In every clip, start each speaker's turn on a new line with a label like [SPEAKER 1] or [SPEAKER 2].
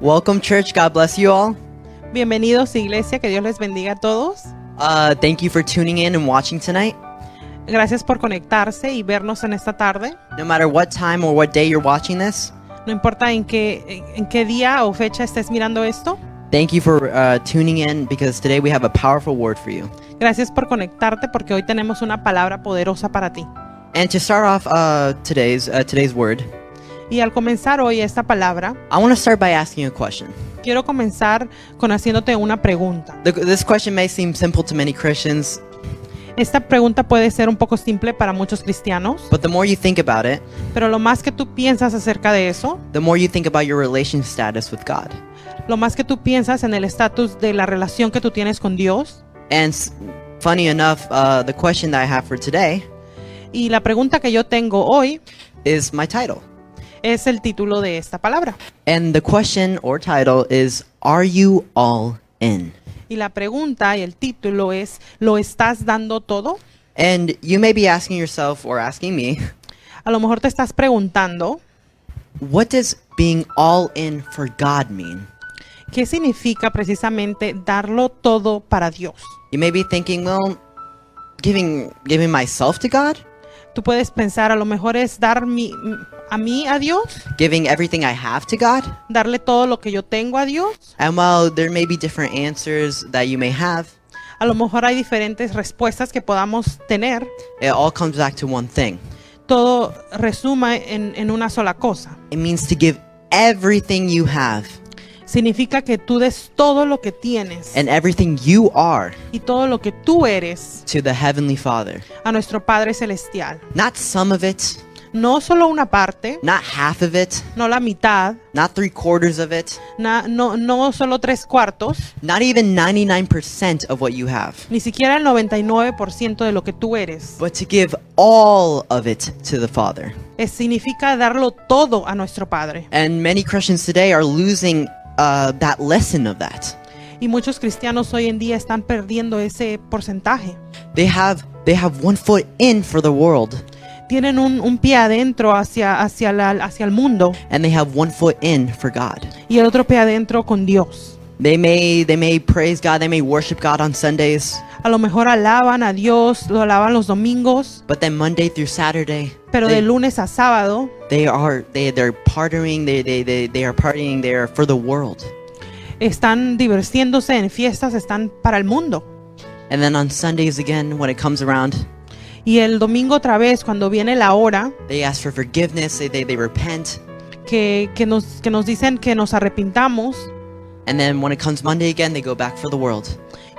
[SPEAKER 1] Welcome, church. God bless you all.
[SPEAKER 2] Bienvenidos iglesia, que Dios les bendiga a todos.
[SPEAKER 1] Uh, thank you for tuning in and watching tonight.
[SPEAKER 2] Gracias por conectarse y vernos en esta tarde.
[SPEAKER 1] No matter what time or what day you're watching this,
[SPEAKER 2] No importa en qué, en qué día o fecha estés mirando esto.
[SPEAKER 1] thank you for uh, tuning in because today we have a powerful word for you.
[SPEAKER 2] Gracias por conectarte porque hoy tenemos una palabra poderosa para ti.
[SPEAKER 1] And to start off uh, today's uh, today's word,
[SPEAKER 2] Y al comenzar hoy esta palabra,
[SPEAKER 1] I want to start by asking a question.
[SPEAKER 2] quiero comenzar con haciéndote una pregunta.
[SPEAKER 1] The, this question may seem simple to many Christians,
[SPEAKER 2] Esta pregunta puede ser un poco simple para muchos cristianos,
[SPEAKER 1] but the more you think about it,
[SPEAKER 2] pero lo más que tú piensas acerca de eso,
[SPEAKER 1] the more you think about your relation status with God.
[SPEAKER 2] lo más que tú piensas en el estatus de la relación que tú tienes con Dios.
[SPEAKER 1] And s- funny enough, uh, the question that I have for today
[SPEAKER 2] Y la pregunta que yo tengo hoy
[SPEAKER 1] is my title.
[SPEAKER 2] es el título de esta palabra.
[SPEAKER 1] And the question or title is Are you all in?
[SPEAKER 2] Y la pregunta y el título es, ¿lo estás dando todo?
[SPEAKER 1] And you may be asking yourself or asking me,
[SPEAKER 2] A lo mejor te estás preguntando,
[SPEAKER 1] what does being all in for God mean?
[SPEAKER 2] ¿qué significa precisamente darlo todo para Dios?
[SPEAKER 1] You may be thinking, well, giving giving myself to God,
[SPEAKER 2] Tú puedes pensar, a lo mejor es dar mi, a mí a Dios,
[SPEAKER 1] giving everything I have to God.
[SPEAKER 2] darle todo lo que yo tengo a Dios.
[SPEAKER 1] And while there may be different answers that you may have,
[SPEAKER 2] A lo mejor hay diferentes respuestas que podamos tener.
[SPEAKER 1] it all comes back to one thing.
[SPEAKER 2] Todo resuma en, en una sola cosa.
[SPEAKER 1] It means to give everything you have
[SPEAKER 2] Significa que tú des todo lo que tienes
[SPEAKER 1] and everything you are
[SPEAKER 2] y todo lo que tú eres
[SPEAKER 1] to the heavenly Father.
[SPEAKER 2] a nuestro Padre Celestial.
[SPEAKER 1] Not some of it,
[SPEAKER 2] No solo una parte,
[SPEAKER 1] not half of it,
[SPEAKER 2] no la mitad,
[SPEAKER 1] not three quarters of it,
[SPEAKER 2] na- no, no solo tres cuartos,
[SPEAKER 1] not even 99% of what you have,
[SPEAKER 2] ni siquiera el 99% de lo que tú eres.
[SPEAKER 1] but to give all of it to the Father.
[SPEAKER 2] Es- significa darlo todo a nuestro Padre.
[SPEAKER 1] And many Christians today are losing uh, that lesson of that.
[SPEAKER 2] Y muchos cristianos hoy en día están perdiendo ese porcentaje.
[SPEAKER 1] They have they have one foot in for the world
[SPEAKER 2] Tienen un, un pie adentro hacia, hacia, la- hacia el mundo
[SPEAKER 1] and they have one foot in for God.
[SPEAKER 2] y el otro pie adentro con Dios.
[SPEAKER 1] They may they may praise God, they may worship God on Sundays,
[SPEAKER 2] A lo mejor alaban a Dios, lo alaban los domingos,
[SPEAKER 1] but then Monday through Saturday
[SPEAKER 2] pero de
[SPEAKER 1] they,
[SPEAKER 2] lunes a sábado
[SPEAKER 1] they are they they're partying, they they, they they are partying they are for the world.
[SPEAKER 2] están divirtiéndose en fiestas, están para el mundo.
[SPEAKER 1] And then on Sundays again when it comes around,
[SPEAKER 2] Y el domingo otra vez, cuando viene la hora,
[SPEAKER 1] They ask for forgiveness, they, they, they repent.
[SPEAKER 2] que, que nos, que nos dicen que nos arrepintamos,
[SPEAKER 1] And then when it comes Monday again, they go back for the world.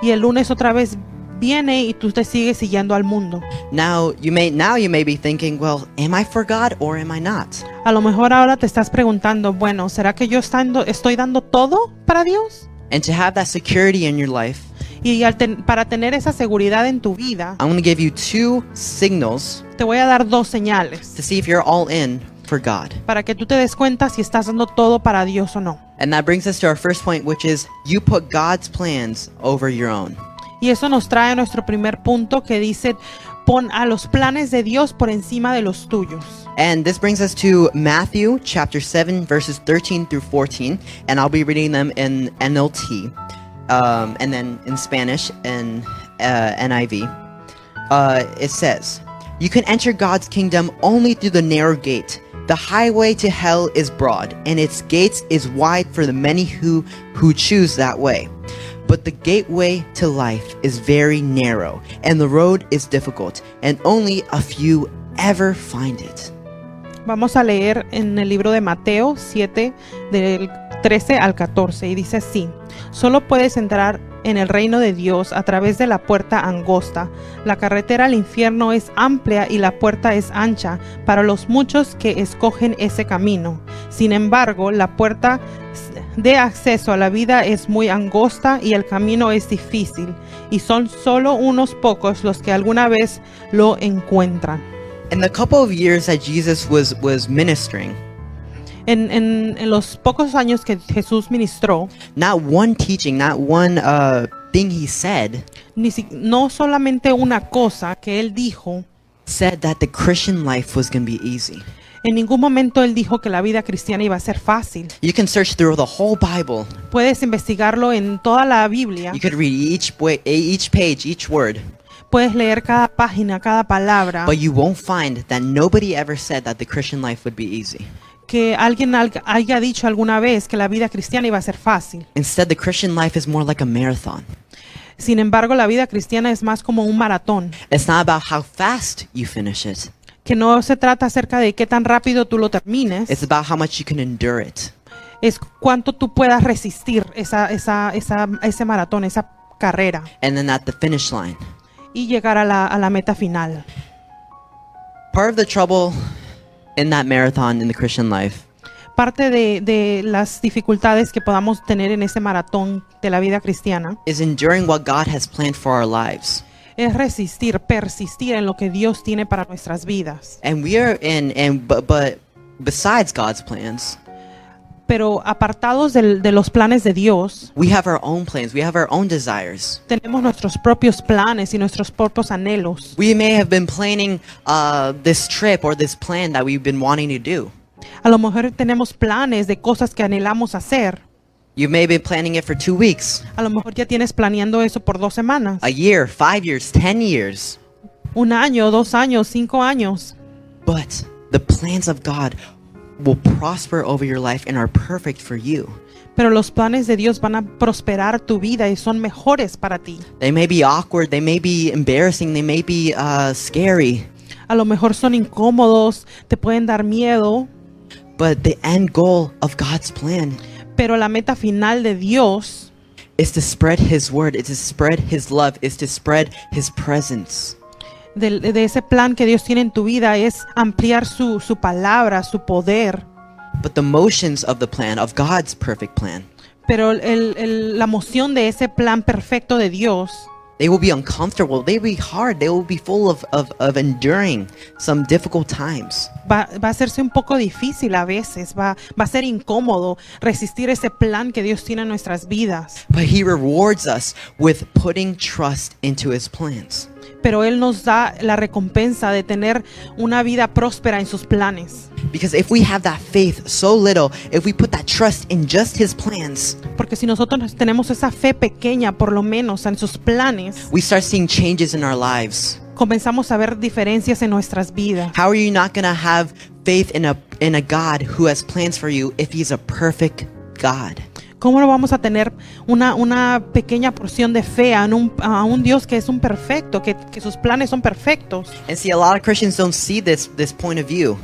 [SPEAKER 2] y el lunes otra vez viene y tú te sigues siguiendo al mundo.
[SPEAKER 1] Now you may now you may be thinking, well, am I for God or am I not?
[SPEAKER 2] A lo mejor ahora te estás preguntando, bueno, ¿será que yo estando- estoy dando todo para Dios?
[SPEAKER 1] And to have that security in your life,
[SPEAKER 2] Y al ten- para tener esa seguridad en tu vida,
[SPEAKER 1] I'm going to give you two signals
[SPEAKER 2] te voy a dar dos
[SPEAKER 1] to
[SPEAKER 2] señales
[SPEAKER 1] see if you're all in for God.
[SPEAKER 2] para que tú te des cuenta si estás dando todo para Dios o no.
[SPEAKER 1] And that brings us to our first point, which is you put God's plans over your own.
[SPEAKER 2] Y eso nos trae a nuestro primer punto que dice, pon a los planes de Dios por encima de los tuyos.
[SPEAKER 1] And this brings us to Matthew chapter 7, verses 13 through 14. And I'll be reading them in NLT um, and then in Spanish and uh, NIV. Uh, it says, You can enter God's kingdom only through the narrow gate. The highway to hell is broad, and its gates is wide for the many who, who choose that way. But the gateway to life is very narrow, and the road is difficult, and only a few ever find it.
[SPEAKER 2] Vamos a leer en el libro de Mateo 7 del 13 al 14 y dice así, solo puedes entrar en el reino de Dios a través de la puerta angosta. La carretera al infierno es amplia y la puerta es ancha para los muchos que escogen ese camino. Sin embargo, la puerta de acceso a la vida es muy angosta y el camino es difícil y son solo unos pocos los que alguna vez lo encuentran.
[SPEAKER 1] In the couple of years that Jesus was was ministering,
[SPEAKER 2] En, en- en los pocos años que Jesús ministró,
[SPEAKER 1] not one teaching, not one uh, thing he said
[SPEAKER 2] ni si- no solamente una cosa que él dijo
[SPEAKER 1] said that the Christian life was going to be easy.
[SPEAKER 2] En ningún momento él dijo que la vida cristiana iba a ser fácil.
[SPEAKER 1] You can search through the whole Bible.
[SPEAKER 2] Puedes investigarlo en toda la Biblia.
[SPEAKER 1] You could read each way, each page, each word,
[SPEAKER 2] Puedes leer cada página, cada palabra.
[SPEAKER 1] but you won't find that nobody ever said that the Christian life would be easy.
[SPEAKER 2] Que alguien al- haya dicho alguna vez que la vida cristiana iba a ser fácil.
[SPEAKER 1] Instead, the Christian life is more like a marathon.
[SPEAKER 2] Sin embargo, la vida cristiana es más como un maratón,
[SPEAKER 1] It's not about how fast you finish it.
[SPEAKER 2] que no se trata acerca de qué tan rápido tú lo termines,
[SPEAKER 1] It's about how much you can endure it.
[SPEAKER 2] es cuánto tú puedas resistir esa, esa, esa, ese maratón, esa carrera
[SPEAKER 1] And then at the finish line.
[SPEAKER 2] y llegar a la, a la meta final.
[SPEAKER 1] Part of the trouble in that marathon in the Christian life
[SPEAKER 2] Parte de, de las dificultades que podamos tener en ese maratón de la vida cristiana
[SPEAKER 1] is enduring what God has planned for our lives.
[SPEAKER 2] es resistir, persistir en lo que Dios tiene para nuestras vidas.
[SPEAKER 1] And we are in and but but besides God's plans,
[SPEAKER 2] Pero apartados del- de los planes de Dios,
[SPEAKER 1] we have our own plans. We have our own desires.
[SPEAKER 2] tenemos nuestros propios planes y nuestros propios anhelos.
[SPEAKER 1] We may have been planning uh, this trip or this plan that we've been wanting to do.
[SPEAKER 2] A lo mejor tenemos planes de cosas que anhelamos hacer.
[SPEAKER 1] You may have been planning it for two weeks,
[SPEAKER 2] A lo mejor ya tienes planeando eso por dos semanas,
[SPEAKER 1] a year, five years, ten years.
[SPEAKER 2] un año, dos años, cinco años.
[SPEAKER 1] But the plans of God will prosper over your life and are perfect for you.
[SPEAKER 2] Pero los planes de Dios van a prosperar tu vida y son mejores para ti.
[SPEAKER 1] They may be awkward, they may be embarrassing, they may be uh, scary,
[SPEAKER 2] A lo mejor son incómodos, te pueden dar miedo,
[SPEAKER 1] but the end goal of God's plan
[SPEAKER 2] pero la meta final de Dios
[SPEAKER 1] is to spread His word, is to spread His love, is to spread His presence.
[SPEAKER 2] del- de, ese plan que Dios tiene en tu vida es ampliar su, su palabra, su poder.
[SPEAKER 1] But the motions of the plan, of God's perfect plan,
[SPEAKER 2] Pero el- el- la moción de ese plan perfecto de Dios
[SPEAKER 1] they will be uncomfortable, they will be hard, they will be full of, of, of enduring some difficult times.
[SPEAKER 2] va, va a hacerse un poco difícil a veces, va, va a ser incómodo resistir ese plan que Dios tiene en nuestras vidas,
[SPEAKER 1] But He rewards us with putting trust into His plans.
[SPEAKER 2] pero Él nos da la recompensa de tener una vida próspera en sus planes,
[SPEAKER 1] Because if we have that faith so little, if we put that trust in just His plans,
[SPEAKER 2] porque si nosotros tenemos esa fe pequeña, por lo menos en sus planes,
[SPEAKER 1] we start seeing changes in our lives.
[SPEAKER 2] comenzamos a ver diferencias en nuestras vidas.
[SPEAKER 1] How are you not going to have faith in a in a God who has plans for you if he's a perfect God?
[SPEAKER 2] ¿Cómo no vamos a tener una, una pequeña porción de fe a un, a un Dios que es un perfecto, que, que sus planes son perfectos?
[SPEAKER 1] And see a lot of Christians don't see this this point of view.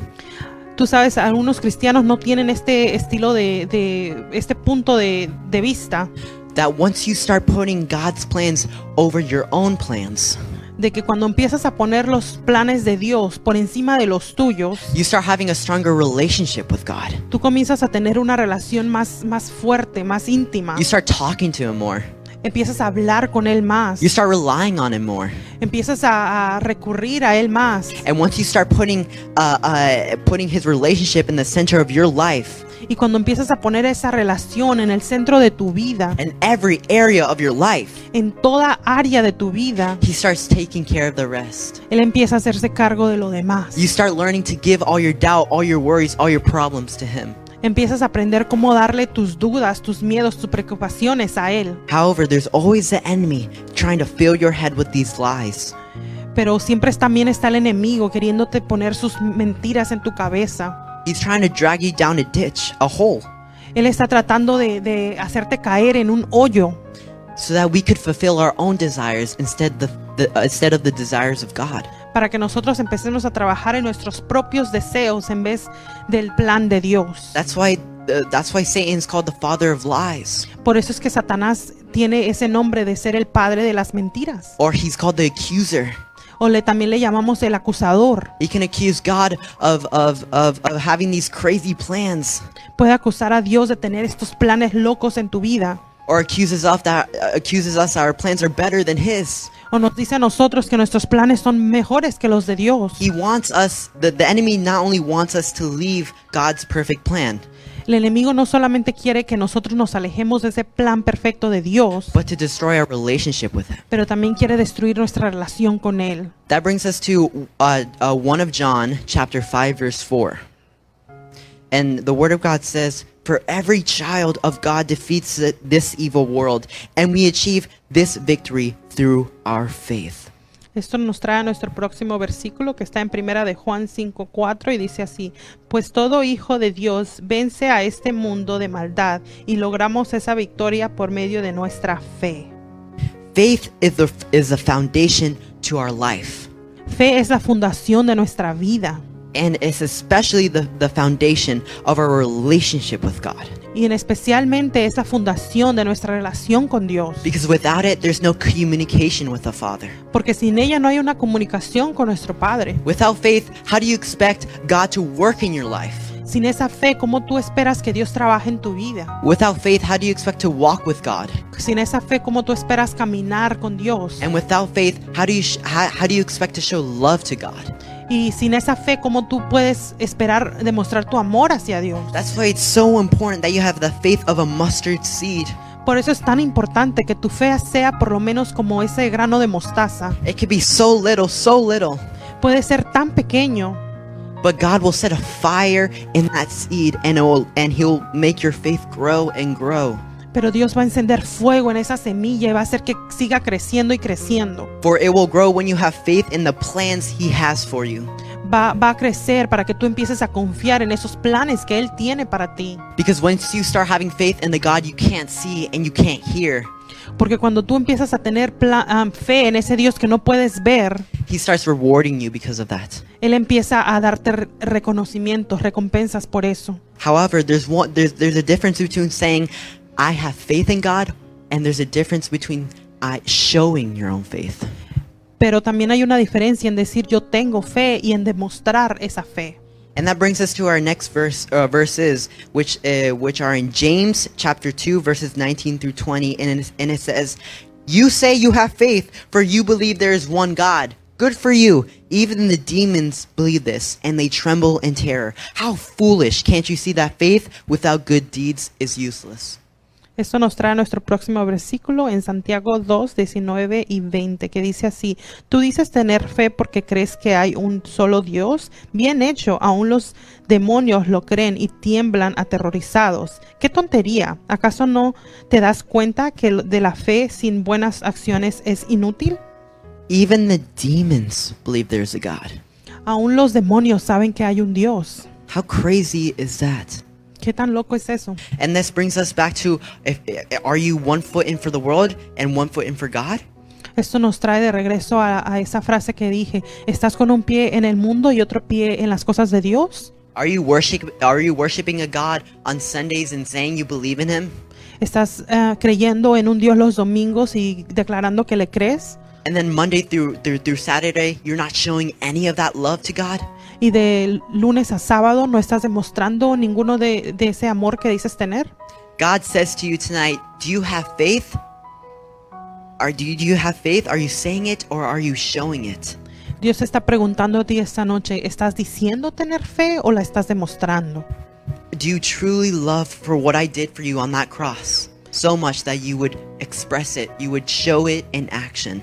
[SPEAKER 2] Tú sabes, algunos cristianos no tienen este estilo de, de- este punto de, de vista,
[SPEAKER 1] That once you start putting God's plans over your own plans,
[SPEAKER 2] de que cuando empiezas a poner los planes de Dios por encima de los tuyos,
[SPEAKER 1] you start having a stronger relationship with God.
[SPEAKER 2] tú comienzas a tener una relación más, más fuerte, más íntima.
[SPEAKER 1] You start talking to him more.
[SPEAKER 2] Empiezas a hablar con Él más,
[SPEAKER 1] You start relying on him more.
[SPEAKER 2] empiezas a, a recurrir a Él más.
[SPEAKER 1] And once you start putting uh, uh, putting his relationship in the center of your life
[SPEAKER 2] Y cuando empiezas a poner esa relación en el centro de tu vida,
[SPEAKER 1] and every area of your life,
[SPEAKER 2] en toda área de tu vida,
[SPEAKER 1] he starts taking care of the rest.
[SPEAKER 2] Él empieza a hacerse cargo de lo demás.
[SPEAKER 1] You start learning to give all your doubt, all your worries, all your problems to Him.
[SPEAKER 2] Empiezas a aprender cómo darle tus dudas, tus miedos, tus preocupaciones a Él.
[SPEAKER 1] However, there's always the enemy trying to fill your head with these lies.
[SPEAKER 2] Pero siempre es- también está el enemigo queriéndote poner sus mentiras en tu cabeza.
[SPEAKER 1] He's trying to drag you down a ditch, a hole,
[SPEAKER 2] Él está tratando de, de hacerte caer en un hoyo
[SPEAKER 1] so that we could fulfill our own desires instead the, the uh, instead of the desires of God.
[SPEAKER 2] para que nosotros empecemos a trabajar en nuestros propios deseos en vez del plan de Dios.
[SPEAKER 1] That's why uh, that's why Satan's called the father of lies,
[SPEAKER 2] Por eso es que Satanás tiene ese nombre de ser el padre de las mentiras.
[SPEAKER 1] or he's called the accuser.
[SPEAKER 2] O le, también le llamamos el acusador.
[SPEAKER 1] He can accuse God of of of, of having these crazy plans,
[SPEAKER 2] Puede acusar a Dios de tener estos planes locos en tu vida.
[SPEAKER 1] or accuses us that uh, accuses us that our plans are better than His.
[SPEAKER 2] o nos dice a nosotros que nuestros planes son mejores que los de Dios.
[SPEAKER 1] He wants us, the, the enemy not only wants us to leave God's perfect plan,
[SPEAKER 2] El enemigo no solamente quiere que nosotros nos alejemos de ese plan perfecto de Dios,
[SPEAKER 1] but to destroy our relationship with Him.
[SPEAKER 2] pero también quiere destruir nuestra relación con Él.
[SPEAKER 1] That brings us to uh, uh, 1 of John, chapter 5, verse 4. And the Word of God says, For every child of God defeats th- this evil world, and we achieve this victory through our faith.
[SPEAKER 2] Esto nos trae a nuestro próximo versículo que está en primera de Juan 5:4 y dice así: Pues todo hijo de Dios vence a este mundo de maldad y logramos esa victoria por medio de nuestra fe.
[SPEAKER 1] Faith is the, is the foundation to our life,
[SPEAKER 2] Fe es la fundación de nuestra vida
[SPEAKER 1] and it's especially the, the foundation of our relationship with God.
[SPEAKER 2] y en especialmente es la fundación de nuestra relación con Dios,
[SPEAKER 1] Because without it, there's no communication with the Father.
[SPEAKER 2] porque sin ella no hay una comunicación con nuestro Padre.
[SPEAKER 1] Without faith, how do you expect God to work in your life?
[SPEAKER 2] Sin esa fe, ¿cómo tú esperas que Dios trabaje en tu vida?
[SPEAKER 1] Without faith, how do you expect to walk with God?
[SPEAKER 2] Sin esa fe, ¿cómo tú esperas caminar con Dios?
[SPEAKER 1] And without faith, how do you sh- how, how do you expect to show love to God?
[SPEAKER 2] Y sin esa fe, ¿cómo tú puedes esperar demostrar tu amor hacia Dios?
[SPEAKER 1] That's why it's so important that you have the faith of a mustard seed.
[SPEAKER 2] Por eso es tan importante que tu fe sea por lo menos como ese grano de mostaza.
[SPEAKER 1] It could be so little, so little,
[SPEAKER 2] Puede ser tan pequeño,
[SPEAKER 1] but God will set a fire in that seed and it will, and he'll make your faith grow and grow.
[SPEAKER 2] pero Dios va a encender fuego en esa semilla y va a hacer que siga creciendo y creciendo.
[SPEAKER 1] For it will grow when you have faith in the plans he has for you.
[SPEAKER 2] Va, va a crecer para que tú empieces a confiar en esos planes que Él tiene para ti.
[SPEAKER 1] Because once you start having faith in the God you can't see and you can't hear,
[SPEAKER 2] Porque cuando tú empiezas a tener pla- ah, fe en ese Dios que no puedes ver,
[SPEAKER 1] he starts rewarding you because of that.
[SPEAKER 2] Él empieza a darte re- reconocimientos, recompensas por eso.
[SPEAKER 1] However, there's one there's there's a difference between saying I have faith in God and there's a difference between I showing your own faith.
[SPEAKER 2] Pero también hay una diferencia en decir yo tengo fe y en demostrar esa fe.
[SPEAKER 1] And that brings us to our next verse uh, verses which uh, which are in James chapter 2 verses 19 through 20 and it, and it says you say you have faith for you believe there is one God. Good for you. Even the demons believe this and they tremble in terror. How foolish. Can't you see that faith without good deeds is useless?
[SPEAKER 2] Esto nos trae a nuestro próximo versículo en Santiago 2, 19 y 20, que dice así, tú dices tener fe porque crees que hay un solo Dios. Bien hecho, aún los demonios lo creen y tiemblan aterrorizados. ¡Qué tontería! ¿Acaso no te das cuenta que lo- de la fe sin buenas acciones es inútil?
[SPEAKER 1] Even the demons believe there's a God.
[SPEAKER 2] Aún los demonios saben que hay un Dios.
[SPEAKER 1] How crazy is that?
[SPEAKER 2] ¿Qué tan loco es eso?
[SPEAKER 1] And this brings us back to if, are you one foot in for the world and one foot in for God?
[SPEAKER 2] Esto nos trae de regreso a, a esa frase que dije, ¿estás con un pie en el mundo y otro pie en las cosas de Dios?
[SPEAKER 1] Are you worship are you worshiping a God on Sundays and saying you believe in him
[SPEAKER 2] ¿Estás eh, creyendo en un Dios los domingos y declarando que le crees?
[SPEAKER 1] and then Monday through through through Saturday you're not showing any of that love to God?
[SPEAKER 2] Y de lunes a sábado no estás demostrando ninguno de, de ese amor que dices tener.
[SPEAKER 1] God says to you tonight, do you have faith? Are do you, do you have faith? Are you saying it or are you showing it?
[SPEAKER 2] Dios está preguntando a ti esta noche, ¿estás diciendo tener fe o la estás demostrando?
[SPEAKER 1] Do you truly love for what I did for you on that cross so much that you would express it, you would show it in action?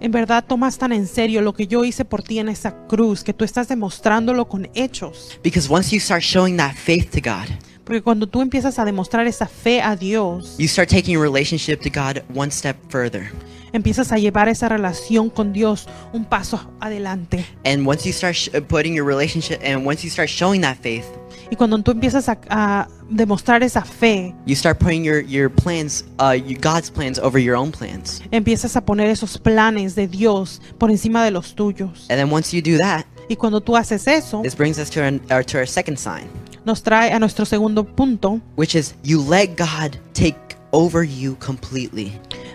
[SPEAKER 2] ¿En verdad tomas tan en serio lo que yo hice por ti en esa cruz que tú estás demostrándolo con hechos?
[SPEAKER 1] Because once you start showing that faith to God,
[SPEAKER 2] Porque cuando tú empiezas a demostrar esa fe a Dios,
[SPEAKER 1] you start taking your relationship to God one step further.
[SPEAKER 2] empiezas a llevar esa relación con Dios un paso adelante.
[SPEAKER 1] And once you start sh- uh, putting your relationship, and once you start showing that faith,
[SPEAKER 2] Y cuando tú empiezas a, a demostrar esa fe,
[SPEAKER 1] you start putting your your plans, uh, you, God's plans over your own plans.
[SPEAKER 2] empiezas a poner esos planes de Dios por encima de los tuyos.
[SPEAKER 1] And then once you do that,
[SPEAKER 2] Y cuando tú haces eso,
[SPEAKER 1] this brings us to our, our to our second sign,
[SPEAKER 2] nos trae a nuestro segundo punto.
[SPEAKER 1] which is you let God take over you completely.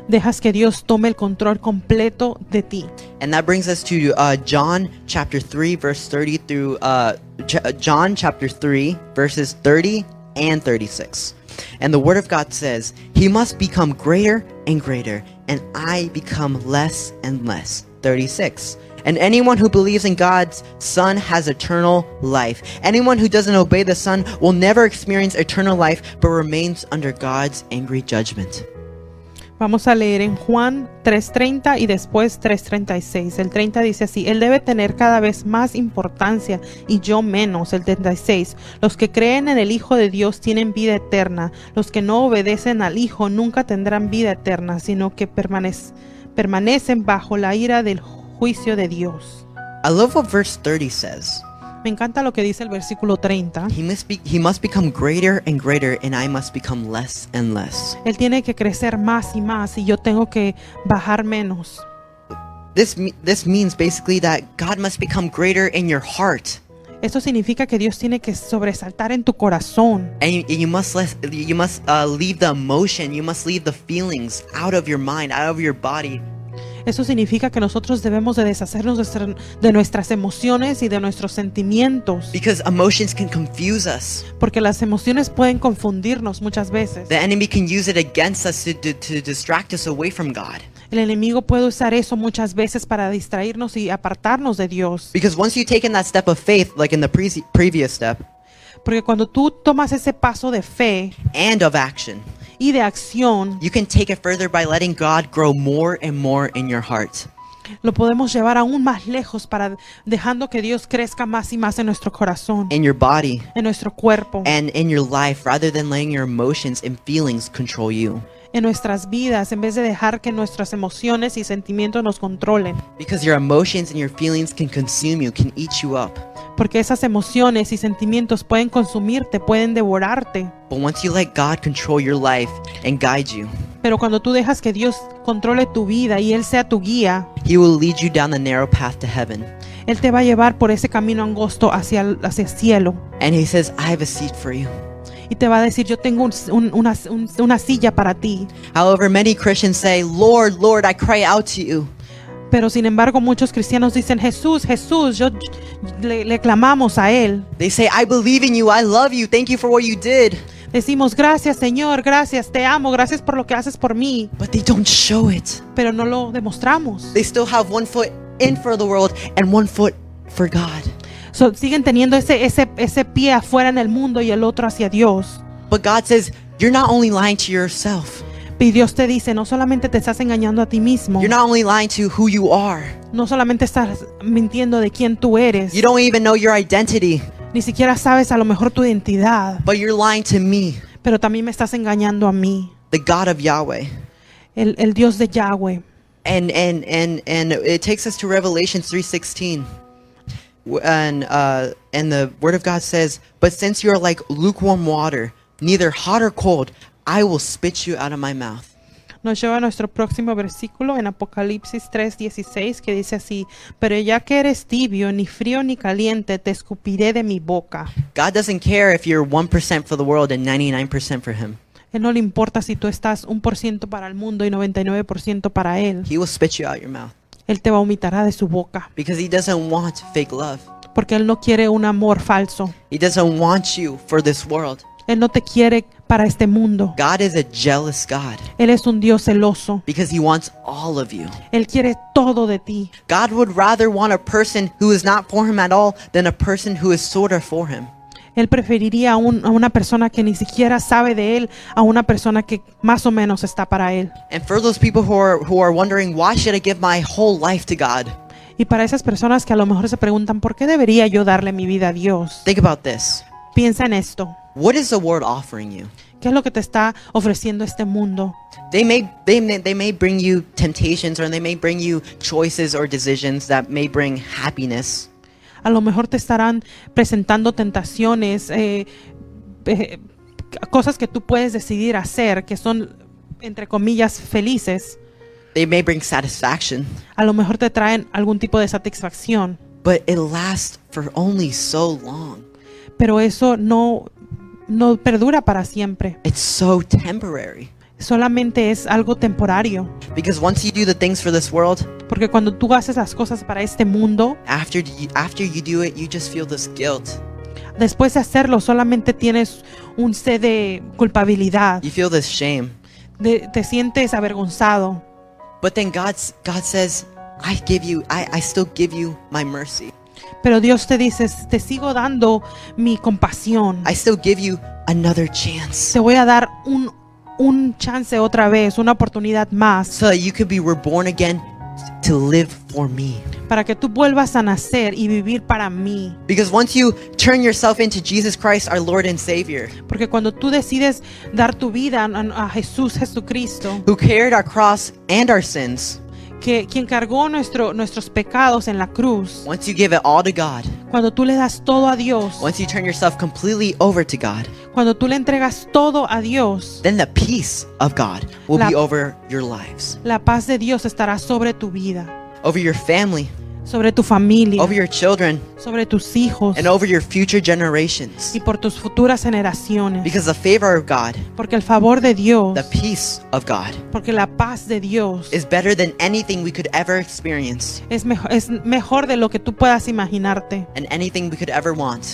[SPEAKER 2] Dejas que Dios tome el control completo de ti.
[SPEAKER 1] And that brings us to uh, John chapter 3, verse 30 through uh, Ch- uh, John chapter 3, verses 30 and 36. And the word of God says, He must become greater and greater, and I become less and less. 36. And anyone who believes in God's Son has eternal life. Anyone who doesn't obey the Son will never experience eternal life, but remains under God's angry judgment.
[SPEAKER 2] Vamos a leer en Juan 3.30 y después 3.36. El 30 dice así, Él debe tener cada vez más importancia y yo menos. El 36, los que creen en el Hijo de Dios tienen vida eterna. Los que no obedecen al Hijo nunca tendrán vida eterna, sino que permanec- permanecen bajo la ira del juicio de Dios.
[SPEAKER 1] I love what verse 30 says.
[SPEAKER 2] Me encanta lo que dice el versículo 30.
[SPEAKER 1] He must be he must become greater and greater and I must become less and less.
[SPEAKER 2] Él tiene que crecer más y más y yo tengo que bajar menos.
[SPEAKER 1] This me- this means basically that God must become greater in your heart
[SPEAKER 2] Esto significa que Dios tiene que sobresaltar en tu corazón.
[SPEAKER 1] and you, and you must less, you must uh, leave the emotion, you must leave the feelings out of your mind, out of your body
[SPEAKER 2] Eso significa que nosotros debemos de deshacernos de, ser- de nuestras emociones y de nuestros sentimientos,
[SPEAKER 1] because emotions can confuse us.
[SPEAKER 2] porque las emociones pueden confundirnos muchas veces.
[SPEAKER 1] The enemy can use it against us to, to, to distract us away from God.
[SPEAKER 2] El enemigo puede usar eso muchas veces para distraernos y apartarnos de Dios.
[SPEAKER 1] Because once you've taken that step of faith, like in the pre- previous step,
[SPEAKER 2] Porque cuando tú tomas ese paso de fe
[SPEAKER 1] and of action,
[SPEAKER 2] y de acción,
[SPEAKER 1] you can take it further by letting God grow more and more in your heart.
[SPEAKER 2] lo podemos llevar aún más lejos para dejando que Dios crezca más y más en nuestro corazón,
[SPEAKER 1] in your body
[SPEAKER 2] en nuestro cuerpo,
[SPEAKER 1] and in your life rather than letting your emotions and feelings control you.
[SPEAKER 2] en nuestras vidas, en vez de dejar que nuestras emociones y sentimientos nos controlen.
[SPEAKER 1] Because your emotions and your feelings can consume you, can eat you up.
[SPEAKER 2] Porque esas emociones y sentimientos pueden consumirte, pueden devorarte.
[SPEAKER 1] But once you let God control your life and guide you,
[SPEAKER 2] Pero cuando tú dejas que Dios controle tu vida y Él sea tu guía,
[SPEAKER 1] He will lead you down the narrow path to heaven.
[SPEAKER 2] Él te va a llevar por ese camino angosto hacia el, hacia el cielo.
[SPEAKER 1] And He says, I have a seat for you.
[SPEAKER 2] Y te va a decir, yo tengo un- un- una, un- una silla para ti.
[SPEAKER 1] However, many Christians say, Lord, Lord, I cry out to you.
[SPEAKER 2] Pero sin embargo muchos cristianos dicen, Jesús, Jesús, yo le, le clamamos a Él.
[SPEAKER 1] They say, I believe in you. I love you. Thank you for what you did.
[SPEAKER 2] Decimos, gracias Señor, gracias, te amo, gracias por lo que haces por mí.
[SPEAKER 1] But they don't show it.
[SPEAKER 2] Pero no lo demostramos.
[SPEAKER 1] They still have one foot in for the world and one foot for God.
[SPEAKER 2] So, siguen teniendo ese, ese, ese pie afuera en el mundo y el otro hacia Dios.
[SPEAKER 1] But God says, You're not only lying to yourself,
[SPEAKER 2] Y Dios te dice, no solamente te estás engañando a ti mismo,
[SPEAKER 1] you're not only lying to who you are.
[SPEAKER 2] no solamente estás mintiendo de quién tú eres,
[SPEAKER 1] You don't even know your identity,
[SPEAKER 2] ni siquiera sabes a lo mejor tu identidad,
[SPEAKER 1] but you're lying to me,
[SPEAKER 2] pero también me estás engañando a mí,
[SPEAKER 1] the God of Yahweh.
[SPEAKER 2] el, el Dios de Yahweh.
[SPEAKER 1] And and and and it takes us to Revelation 3:16. W- And uh and the word of God says, "But since you are like lukewarm water, neither hot or cold, I will spit you out of my mouth."
[SPEAKER 2] Nos lleva a nuestro próximo versículo en Apocalipsis 3:16 que dice así, pero ya que eres tibio, ni frío ni caliente, te escupiré de mi boca.
[SPEAKER 1] God doesn't care if you're 1% for the world and 99% for him.
[SPEAKER 2] Él no le importa si tú estás un por ciento para el mundo y 99% para Él.
[SPEAKER 1] He will spit you out your mouth
[SPEAKER 2] Él te vomitará de su boca,
[SPEAKER 1] because he doesn't want fake love.
[SPEAKER 2] porque Él no quiere un amor falso.
[SPEAKER 1] He doesn't want you for this world.
[SPEAKER 2] Él no te quiere para este mundo.
[SPEAKER 1] God is a jealous God
[SPEAKER 2] Él es un Dios celoso.
[SPEAKER 1] because he wants all of you.
[SPEAKER 2] Él quiere todo de ti.
[SPEAKER 1] God would rather want a person who is not for him at all than a person who is sort of for him.
[SPEAKER 2] Él preferiría a, un- a una persona que ni siquiera sabe de Él a una persona que más o menos está para Él.
[SPEAKER 1] And for those people who are who are wondering why should I give my whole life to God?
[SPEAKER 2] Y para esas personas que a lo mejor se preguntan, ¿por qué debería yo darle mi vida a Dios?
[SPEAKER 1] Think about this.
[SPEAKER 2] Piensa en esto.
[SPEAKER 1] What is the world offering you?
[SPEAKER 2] ¿Qué es lo que te está ofreciendo este mundo?
[SPEAKER 1] They may they may, they may bring you temptations or they may bring you choices or decisions that may bring happiness.
[SPEAKER 2] A lo mejor te estarán presentando tentaciones, eh, eh, cosas que tú puedes decidir hacer, que son, entre comillas, felices.
[SPEAKER 1] They may bring satisfaction,
[SPEAKER 2] A lo mejor te traen algún tipo de satisfacción,
[SPEAKER 1] but it lasts for only so long.
[SPEAKER 2] pero eso no, no perdura para siempre.
[SPEAKER 1] It's so temporary.
[SPEAKER 2] Solamente es algo temporario.
[SPEAKER 1] Because once you do the things for this world,
[SPEAKER 2] Porque cuando tú haces las cosas para este mundo,
[SPEAKER 1] after you, after you do it, you just feel this guilt.
[SPEAKER 2] después de hacerlo solamente tienes un sed de culpabilidad,
[SPEAKER 1] You feel this shame.
[SPEAKER 2] de- te sientes avergonzado.
[SPEAKER 1] But then God's, God says, I give you, I, I still give you my mercy.
[SPEAKER 2] Pero Dios te dice, te sigo dando mi compasión.
[SPEAKER 1] I still give you another chance.
[SPEAKER 2] Te voy a dar un, un chance otra vez, una oportunidad más,
[SPEAKER 1] so that you could be reborn again to live for me.
[SPEAKER 2] para que tú vuelvas a nacer y vivir para mí.
[SPEAKER 1] Because once you turn yourself into Jesus Christ, our Lord and Savior,
[SPEAKER 2] Porque cuando tú decides dar tu vida a, a Jesús Jesucristo,
[SPEAKER 1] who carried our cross and our sins,
[SPEAKER 2] que quien cargó nuestro, nuestros pecados en la cruz,
[SPEAKER 1] once you give it all to God,
[SPEAKER 2] cuando tú le das todo a Dios,
[SPEAKER 1] once you turn yourself completely over to God,
[SPEAKER 2] cuando tú le entregas todo a Dios,
[SPEAKER 1] then the peace of God will be
[SPEAKER 2] La-
[SPEAKER 1] over your lives,
[SPEAKER 2] la paz de Dios estará sobre tu vida,
[SPEAKER 1] over your family,
[SPEAKER 2] sobre tu familia,
[SPEAKER 1] over your children,
[SPEAKER 2] sobre tus hijos
[SPEAKER 1] and over your future generations.
[SPEAKER 2] y por tus futuras generaciones.
[SPEAKER 1] Because the favor of God,
[SPEAKER 2] Porque el favor de Dios,
[SPEAKER 1] the peace of God,
[SPEAKER 2] porque la paz de Dios
[SPEAKER 1] is better than anything we could ever experience
[SPEAKER 2] es, mejo- es mejor de lo que tú puedas imaginarte
[SPEAKER 1] and anything we could ever want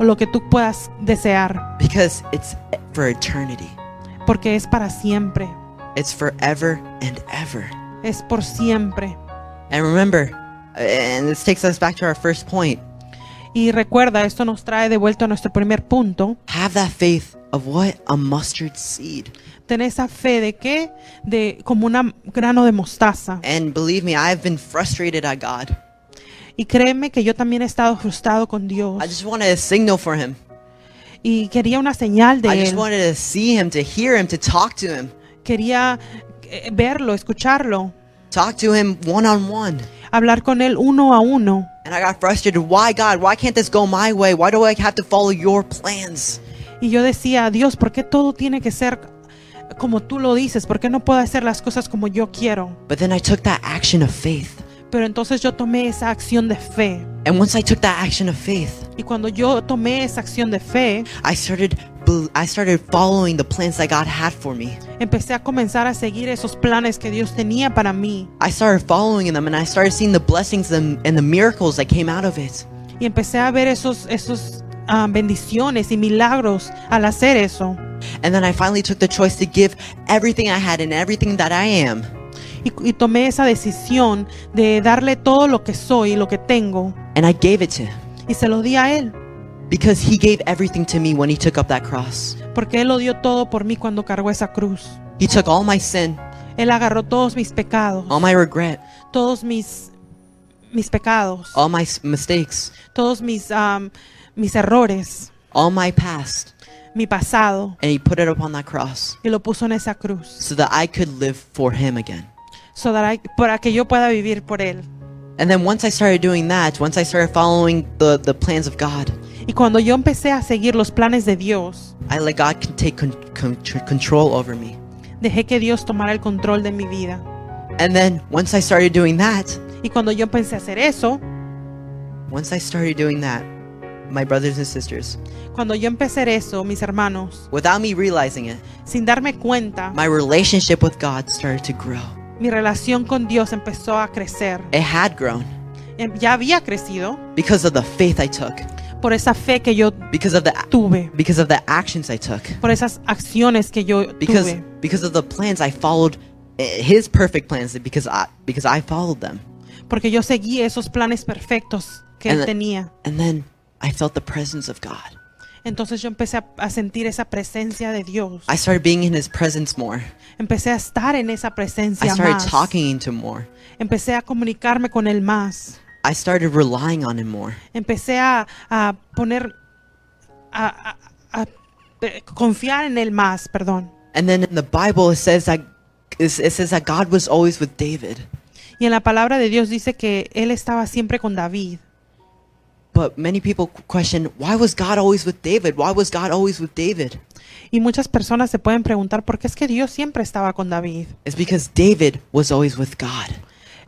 [SPEAKER 2] o lo que tú puedas desear,
[SPEAKER 1] because it's for eternity.
[SPEAKER 2] porque es para siempre,
[SPEAKER 1] It's forever and ever.
[SPEAKER 2] es por siempre.
[SPEAKER 1] And remember, and this takes us back to our first point
[SPEAKER 2] Y recuerda, esto nos trae de vuelta a nuestro primer punto.
[SPEAKER 1] have that faith of what? A mustard seed.
[SPEAKER 2] Ten esa fe de que, de como un grano de mostaza.
[SPEAKER 1] And believe me, I've been frustrated at God.
[SPEAKER 2] Y créeme que yo también he estado frustrado con Dios
[SPEAKER 1] I just wanted a signal for Him.
[SPEAKER 2] y quería una señal
[SPEAKER 1] I
[SPEAKER 2] de
[SPEAKER 1] just
[SPEAKER 2] él.
[SPEAKER 1] wanted to see Him, to hear Him, to talk to Him.
[SPEAKER 2] Quería eh, verlo, escucharlo,
[SPEAKER 1] Talk to Him one on one.
[SPEAKER 2] hablar con él uno a uno.
[SPEAKER 1] And I got frustrated. Why, God? Why can't this go my way? Why do I have to follow your plans?
[SPEAKER 2] Y yo decía, Dios, ¿por qué todo tiene que ser como tú lo dices? ¿Por qué no puedo hacer las cosas como yo quiero?
[SPEAKER 1] But then I took that action of faith.
[SPEAKER 2] Pero entonces yo tomé esa acción de fe.
[SPEAKER 1] And once I took that action of faith,
[SPEAKER 2] Y cuando yo tomé esa acción de fe,
[SPEAKER 1] I started bel- I started following the plans that God had for me.
[SPEAKER 2] empecé a comenzar a seguir esos planes que Dios tenía para mí.
[SPEAKER 1] I started following them and I started seeing the blessings and, and the miracles that came out of it.
[SPEAKER 2] Y empecé a ver esos, esos ah, bendiciones y milagros al hacer eso.
[SPEAKER 1] And then I finally took the choice to give everything I had and everything that I am
[SPEAKER 2] Y, y tomé esa decisión de darle todo lo que soy, lo que tengo.
[SPEAKER 1] and I gave it to him
[SPEAKER 2] Y se lo di a Él,
[SPEAKER 1] because he gave everything to me when he took up that cross.
[SPEAKER 2] porque Él lo dio todo por mí cuando cargó esa cruz.
[SPEAKER 1] He took all my sin,
[SPEAKER 2] Él agarró todos mis pecados,
[SPEAKER 1] all my regret,
[SPEAKER 2] todos mis, mis pecados,
[SPEAKER 1] all my s- mistakes,
[SPEAKER 2] todos mis, am, mis errores,
[SPEAKER 1] all my past,
[SPEAKER 2] mi pasado,
[SPEAKER 1] and he put it upon that cross
[SPEAKER 2] y lo puso en esa cruz,
[SPEAKER 1] so that I could live for him again.
[SPEAKER 2] so that I- para que yo pueda vivir por Él.
[SPEAKER 1] And then once I started doing that, once I started following the, the plans of God,
[SPEAKER 2] Y cuando yo empecé a seguir los planes de Dios,
[SPEAKER 1] I let God con- take con- con- tr- control over me.
[SPEAKER 2] dejé que Dios tomara el control de mi vida.
[SPEAKER 1] And then once I started doing that,
[SPEAKER 2] Y cuando yo empecé a hacer eso,
[SPEAKER 1] once I started doing that, my brothers and sisters,
[SPEAKER 2] cuando yo empecé a hacer eso, mis hermanos,
[SPEAKER 1] without me realizing it,
[SPEAKER 2] sin darme cuenta,
[SPEAKER 1] my relationship with God started to grow.
[SPEAKER 2] mi relación con Dios empezó a crecer.
[SPEAKER 1] It had grown
[SPEAKER 2] Em- Ya había crecido
[SPEAKER 1] because of the faith I took,
[SPEAKER 2] por esa fe que yo
[SPEAKER 1] because of the
[SPEAKER 2] tuve,
[SPEAKER 1] because of the actions I took,
[SPEAKER 2] por esas acciones que yo
[SPEAKER 1] because
[SPEAKER 2] tuve,
[SPEAKER 1] because of the plans I followed, eh, His perfect plans, because I because I followed them.
[SPEAKER 2] porque yo seguí esos planes perfectos que
[SPEAKER 1] And
[SPEAKER 2] él
[SPEAKER 1] the-
[SPEAKER 2] tenía.
[SPEAKER 1] And then I felt the presence of God.
[SPEAKER 2] Entonces yo empecé a, a sentir esa presencia de Dios.
[SPEAKER 1] I started being in His presence more.
[SPEAKER 2] Empecé a estar en esa
[SPEAKER 1] I
[SPEAKER 2] presencia
[SPEAKER 1] started
[SPEAKER 2] más.
[SPEAKER 1] talking to Him more.
[SPEAKER 2] Empecé a comunicarme con él más.
[SPEAKER 1] I started relying on Him more.
[SPEAKER 2] Empecé a, a poner, a, a- a pe- confiar en él más, perdón.
[SPEAKER 1] And then in the Bible, it says that it says that God was always with David.
[SPEAKER 2] Y en la palabra de Dios dice que él estaba siempre con David.
[SPEAKER 1] But many people question, why was God always with David? Why was God always with David?
[SPEAKER 2] Y muchas personas se pueden preguntar por qué es que Dios siempre estaba con David.
[SPEAKER 1] It's because David was always with God.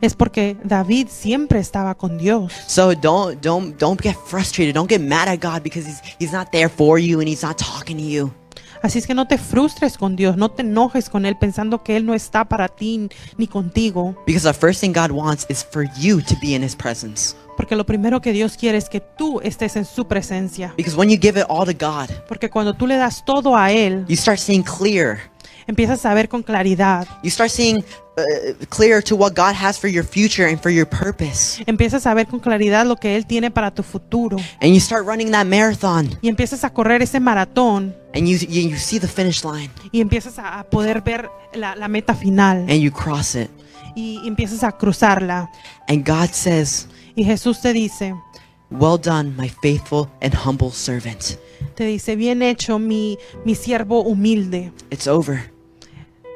[SPEAKER 2] Es porque David siempre estaba con Dios.
[SPEAKER 1] So don't don't don't get frustrated. Don't get mad at God because he's he's not there for you and he's not talking to you.
[SPEAKER 2] Así es que no te frustres con Dios, no te enojes con Él pensando que Él no está para ti ni contigo,
[SPEAKER 1] Because the first thing God wants is for you to be in his presence.
[SPEAKER 2] porque lo primero que Dios quiere es que tú estés en su presencia.
[SPEAKER 1] Because when you give it all to God,
[SPEAKER 2] Porque cuando tú le das todo a Él,
[SPEAKER 1] you start seeing clear.
[SPEAKER 2] Empiezas a ver con claridad.
[SPEAKER 1] You start seeing uh, clear to what God has for your future and for your purpose.
[SPEAKER 2] Empiezas a ver con claridad lo que Él tiene para tu futuro.
[SPEAKER 1] And you start running that marathon
[SPEAKER 2] Y empiezas a correr ese maratón
[SPEAKER 1] and you, you, you see the finish line
[SPEAKER 2] y empiezas a, a poder ver la, la meta final
[SPEAKER 1] and you cross it.
[SPEAKER 2] y empiezas a cruzarla.
[SPEAKER 1] And God says,
[SPEAKER 2] Y Jesús te dice,
[SPEAKER 1] Well done, my faithful and humble servant.
[SPEAKER 2] te dice, bien hecho mi, mi siervo humilde.
[SPEAKER 1] It's over.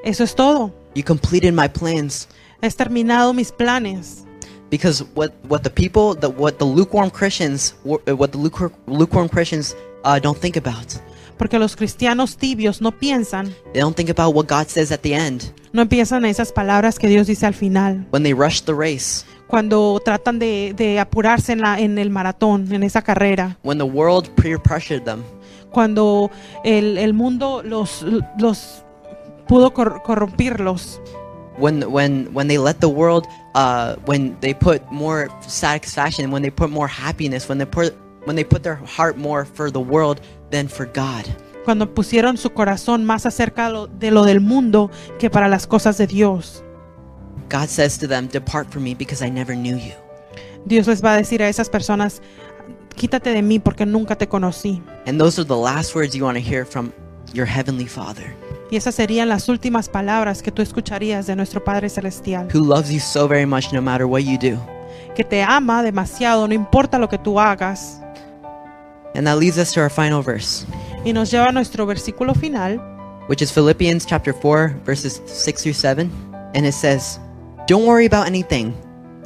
[SPEAKER 2] Eso es todo.
[SPEAKER 1] You completed my plans.
[SPEAKER 2] Has terminado mis planes.
[SPEAKER 1] Because what, what the people, the, what the lukewarm Christians, wor- uh, what the lukewarm, lukewarm Christians uh, don't think about.
[SPEAKER 2] Porque los cristianos tibios no piensan,
[SPEAKER 1] They don't think about what God says at the end
[SPEAKER 2] no piensan esas palabras que Dios dice al final.
[SPEAKER 1] when they rush the race,
[SPEAKER 2] Cuando tratan de, de apurarse en, la, en el maratón, en esa carrera.
[SPEAKER 1] when the world peer pressured them,
[SPEAKER 2] Cuando el, el mundo los, los pudo cor- corrompirlos.
[SPEAKER 1] when when when they let the world, uh, when they put more satisfaction, when they put more happiness, when they put when they put their heart more for the world than for God.
[SPEAKER 2] Cuando pusieron su corazón más acerca lo- de lo del mundo que para las cosas de Dios.
[SPEAKER 1] God says to them, "Depart from me, because I never knew you."
[SPEAKER 2] Dios les va a decir a esas personas, quítate de mí porque nunca te conocí.
[SPEAKER 1] And those are the last words you want to hear from your heavenly Father,
[SPEAKER 2] Y esas serían las últimas palabras que tú escucharías de nuestro Padre Celestial,
[SPEAKER 1] who loves you so very much, no matter what you do.
[SPEAKER 2] que te ama demasiado, no importa lo que tú hagas.
[SPEAKER 1] And that leads us to our final verse,
[SPEAKER 2] Y nos lleva a nuestro versículo final,
[SPEAKER 1] which is Philippians chapter 4, verses 6 through 7. And it says, Don't worry about anything.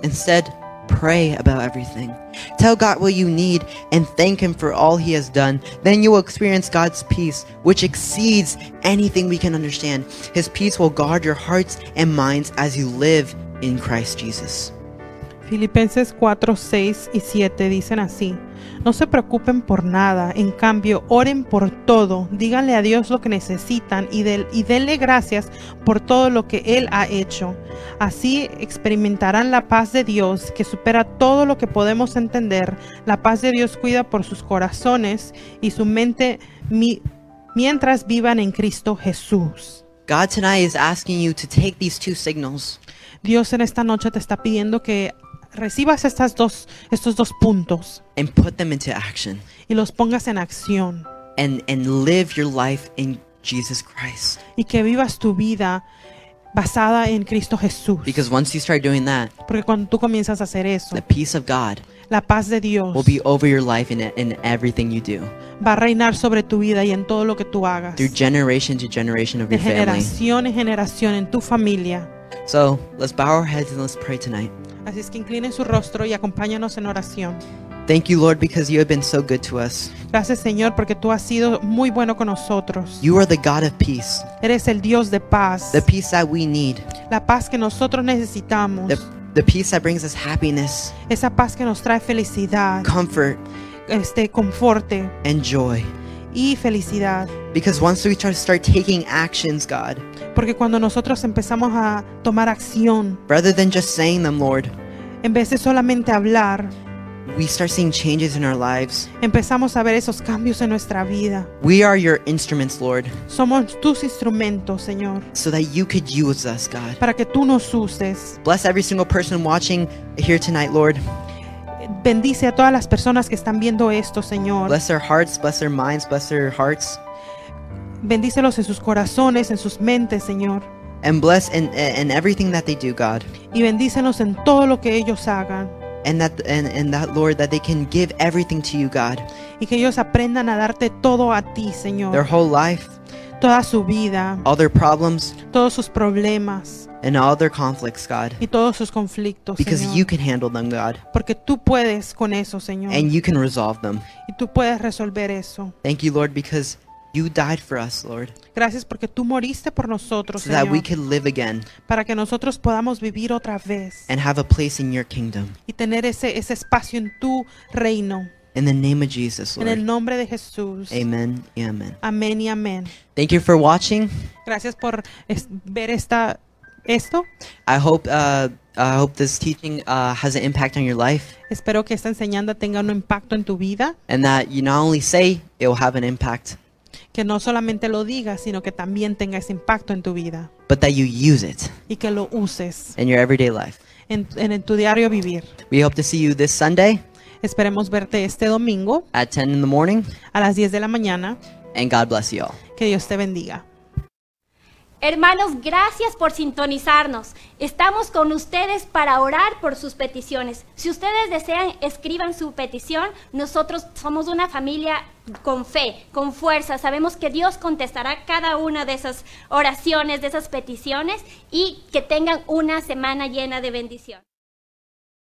[SPEAKER 1] Instead, pray about everything. Tell God what you need and thank Him for all He has done. Then you will experience God's peace, which exceeds anything we can understand. His peace will guard your hearts and minds as you live in Christ Jesus.
[SPEAKER 2] Filipenses 4, 6 y 7 dicen así, no se preocupen por nada, en cambio, oren por todo, díganle a Dios lo que necesitan y, del, y denle gracias por todo lo que Él ha hecho. Así experimentarán la paz de Dios que supera todo lo que podemos entender. La paz de Dios cuida por sus corazones y su mente mi- mientras vivan en Cristo Jesús.
[SPEAKER 1] God tonight is asking you to take these two signals
[SPEAKER 2] Dios en esta noche te está pidiendo que recibas estas dos, estos dos puntos
[SPEAKER 1] and put them into action
[SPEAKER 2] y los pongas en acción
[SPEAKER 1] and, and live your life in Jesus Christ.
[SPEAKER 2] y que vivas tu vida basada en Cristo Jesús.
[SPEAKER 1] Because once you start doing that,
[SPEAKER 2] Porque cuando tú comienzas a hacer eso,
[SPEAKER 1] the peace of God
[SPEAKER 2] la paz de Dios
[SPEAKER 1] will be over your life and in everything you do
[SPEAKER 2] va a reinar sobre tu vida y en todo lo que tú hagas.
[SPEAKER 1] through generation to generation of
[SPEAKER 2] De
[SPEAKER 1] your family.
[SPEAKER 2] generación en generación en tu familia.
[SPEAKER 1] So let's bow our heads and let's pray tonight.
[SPEAKER 2] Así es que inclinen su rostro y acompáñanos en oración.
[SPEAKER 1] Thank you, Lord, because you have been so good to us.
[SPEAKER 2] Gracias Señor porque tú has sido muy bueno con nosotros.
[SPEAKER 1] You are the God of peace,
[SPEAKER 2] Eres el Dios de paz,
[SPEAKER 1] the peace that we need,
[SPEAKER 2] la paz que nosotros necesitamos,
[SPEAKER 1] the, the peace that brings us happiness,
[SPEAKER 2] esa paz que nos trae felicidad,
[SPEAKER 1] comfort,
[SPEAKER 2] este conforte
[SPEAKER 1] and joy.
[SPEAKER 2] y felicidad.
[SPEAKER 1] Because once we try to start taking actions, God,
[SPEAKER 2] Porque cuando nosotros empezamos a tomar acción,
[SPEAKER 1] rather than just saying them, Lord,
[SPEAKER 2] en vez de solamente hablar,
[SPEAKER 1] we start seeing changes in our lives.
[SPEAKER 2] empezamos a ver esos cambios en nuestra vida.
[SPEAKER 1] We are your instruments, Lord,
[SPEAKER 2] Somos tus instrumentos, Señor,
[SPEAKER 1] so that you could use us, God.
[SPEAKER 2] para que tú nos uses.
[SPEAKER 1] Bless every single person watching here tonight, Lord.
[SPEAKER 2] Bendice a todas las personas que están viendo esto, Señor.
[SPEAKER 1] Bless their hearts, bless their minds, bless their hearts,
[SPEAKER 2] Bendícelos en sus corazones, en sus mentes, Señor.
[SPEAKER 1] and bless and and everything that they do, God.
[SPEAKER 2] Y bendícelos en todo lo que ellos hagan.
[SPEAKER 1] And that and, and that Lord, that they can give everything to you, God.
[SPEAKER 2] Y que ellos aprendan a darte todo a ti,
[SPEAKER 1] Their
[SPEAKER 2] Señor.
[SPEAKER 1] whole life,
[SPEAKER 2] Toda su vida,
[SPEAKER 1] all their problems,
[SPEAKER 2] todos sus problemas
[SPEAKER 1] and all their conflicts, God.
[SPEAKER 2] y todos sus conflictos.
[SPEAKER 1] Because
[SPEAKER 2] Señor.
[SPEAKER 1] you can handle them, God,
[SPEAKER 2] Porque tú puedes con eso, Señor.
[SPEAKER 1] and you can resolve them.
[SPEAKER 2] Y tú puedes resolver eso.
[SPEAKER 1] Thank you, Lord, because you died for us, Lord,
[SPEAKER 2] Gracias porque tú moriste por nosotros,
[SPEAKER 1] so that we
[SPEAKER 2] Señor,
[SPEAKER 1] could live again
[SPEAKER 2] para que nosotros podamos vivir otra vez
[SPEAKER 1] and have a place in your kingdom.
[SPEAKER 2] y tener ese, ese espacio en tu reino.
[SPEAKER 1] In the name of Jesus,
[SPEAKER 2] En el
[SPEAKER 1] Lord.
[SPEAKER 2] nombre de Jesús.
[SPEAKER 1] Amen. Amen.
[SPEAKER 2] Amén y amén.
[SPEAKER 1] Thank you for watching.
[SPEAKER 2] Gracias por es- ver esta, esto.
[SPEAKER 1] I hope uh, I hope this teaching uh, has an impact on your life,
[SPEAKER 2] Espero que esta enseñanza tenga un impacto en tu vida,
[SPEAKER 1] and that you not only say it will have an impact,
[SPEAKER 2] Que no solamente lo digas, sino que también tenga ese impacto en tu vida
[SPEAKER 1] but that you use it
[SPEAKER 2] y que lo uses
[SPEAKER 1] in your everyday life.
[SPEAKER 2] en, en- en tu diario vivir.
[SPEAKER 1] We hope to see you this Sunday
[SPEAKER 2] Esperemos verte este domingo
[SPEAKER 1] at 10 in the morning,
[SPEAKER 2] a las 10 de la mañana.
[SPEAKER 1] and God bless you all.
[SPEAKER 2] Que Dios te bendiga.
[SPEAKER 3] Hermanos, gracias por sintonizarnos. Estamos con ustedes para orar por sus peticiones. Si ustedes desean, escriban su petición. Nosotros somos una familia con fe, con fuerza. Sabemos que Dios contestará cada una de esas oraciones, de esas peticiones y que tengan una semana llena de bendición.